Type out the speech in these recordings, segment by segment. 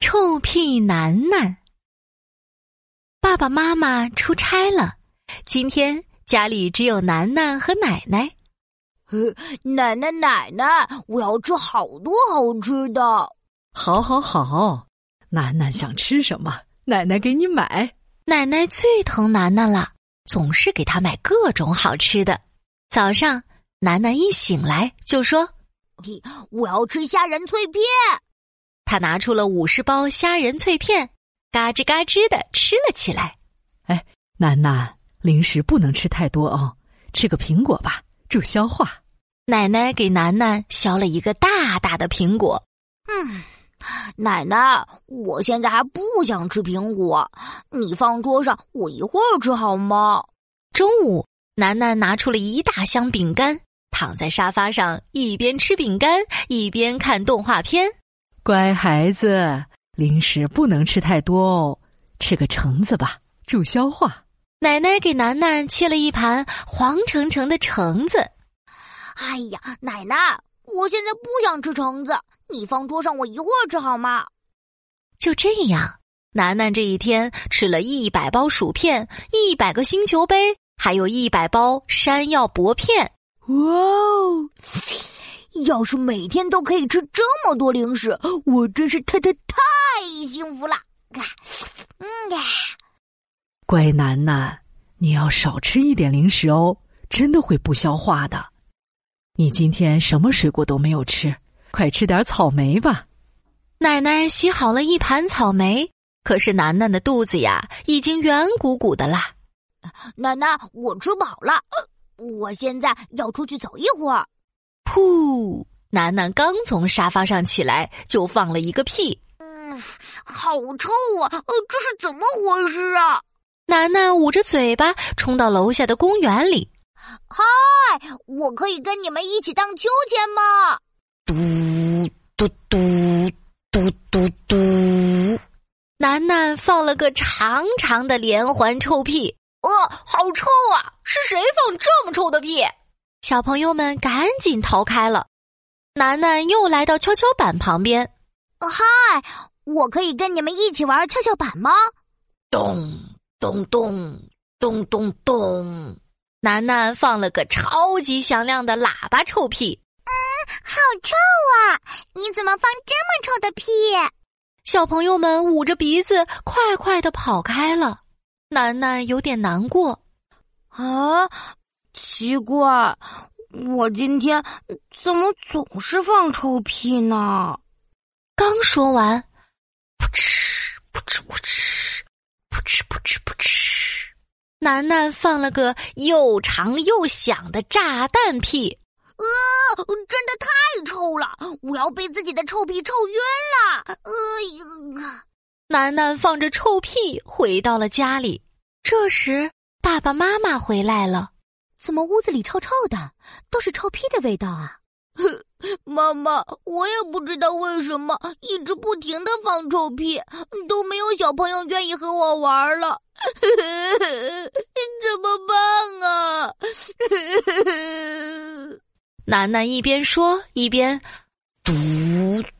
臭屁楠楠，爸爸妈妈出差了，今天家里只有楠楠和奶奶。嘿奶奶奶奶，我要吃好多好吃的。好，好，好，楠楠想吃什么，奶奶给你买。奶奶最疼楠楠了，总是给她买各种好吃的。早上，楠楠一醒来就说嘿我要吃虾仁脆片。：“她拿出了五十包虾仁脆片，嘎吱嘎吱的吃了起来。楠楠，零食不能吃太多哦，吃个苹果吧，助消化。”奶奶给楠楠削了一个大大的苹果，嗯，奶奶，我现在还不想吃苹果，你放桌上，我一会儿吃好吗？中午，楠楠拿出了一大箱饼干，躺在沙发上，一边吃饼干一边看动画片。乖孩子，零食不能吃太多哦，吃个橙子吧，助消化。奶奶给楠楠切了一盘黄澄澄的橙子，哎呀，奶奶，我现在不想吃橙子，你放桌上，我一会儿吃好吗？就这样，楠楠这一天吃了一百包薯片，一百个星球杯，还有一百包山药薄片。哇哦！要是每天都可以吃这么多零食，我真是太太太幸福了。啊嗯呀，乖楠楠，你要少吃一点零食哦，真的会不消化的。你今天什么水果都没有吃，快吃点草莓吧。奶奶洗好了一盘草莓，可是楠楠的肚子呀已经圆鼓鼓的啦。奶奶，我吃饱了，呃我现在要出去走一会儿。噗！楠楠刚从沙发上起来，就放了一个屁。好臭啊！呃，这是怎么回事啊？楠楠捂着嘴巴冲到楼下的公园里，我可以跟你们一起荡秋千吗？嘟嘟嘟嘟嘟。楠楠放了个长长的连环臭屁，呃，好臭啊！是谁放这么臭的屁？小朋友们赶紧逃开了。楠楠又来到跷跷板旁边，呃嗨，我可以跟你们一起玩跷跷板吗？咚咚咚咚咚咚。楠楠放了个超级响亮的喇叭臭屁，好臭啊！你怎么放这么臭的屁？小朋友们捂着鼻子，快快的跑开了。楠楠有点难过，啊，奇怪，我今天怎么总是放臭屁呢？刚说完，噗嗤噗嗤噗嗤噗嗤噗嗤噗嗤，楠楠放了个又长又响的炸弹屁。 真的太臭了，我要被自己的臭屁臭晕了。哎呀！楠楠放着臭屁回到了家里。这时，爸爸妈妈回来了。怎么屋子里臭臭的，都是臭屁的味道啊？ 妈妈，我也不知道为什么一直不停的放臭屁，都没有小朋友愿意和我玩了， 怎么办啊？ 楠楠一边说一边嘟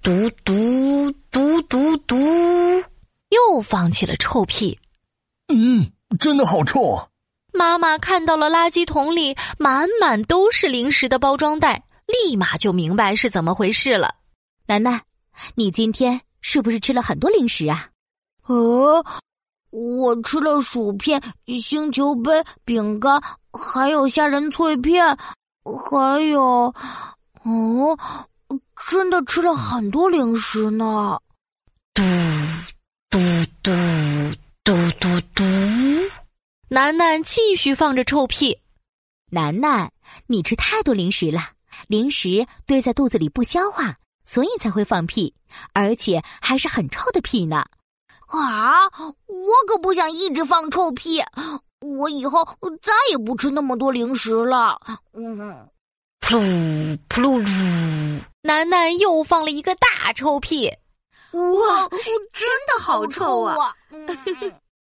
嘟嘟嘟嘟嘟，又放起了臭屁。嗯，真的好臭啊！妈妈看到了垃圾桶里满满都是零食的包装袋，立马就明白是怎么回事了。楠楠，你今天是不是吃了很多零食啊？哦，我吃了薯片、星球杯、饼干，还有虾仁脆片，还有……哦，真的吃了很多零食呢。嘟嘟嘟嘟嘟嘟，楠楠继续放着臭屁。楠楠，你吃太多零食了，零食堆在肚子里不消化，所以才会放屁，而且还是很臭的屁呢。啊！我可不想一直放臭屁，我以后再也不吃那么多零食了。嗯，噗噜噗噜噜，楠楠又放了一个大臭屁。 哇，真的好臭啊！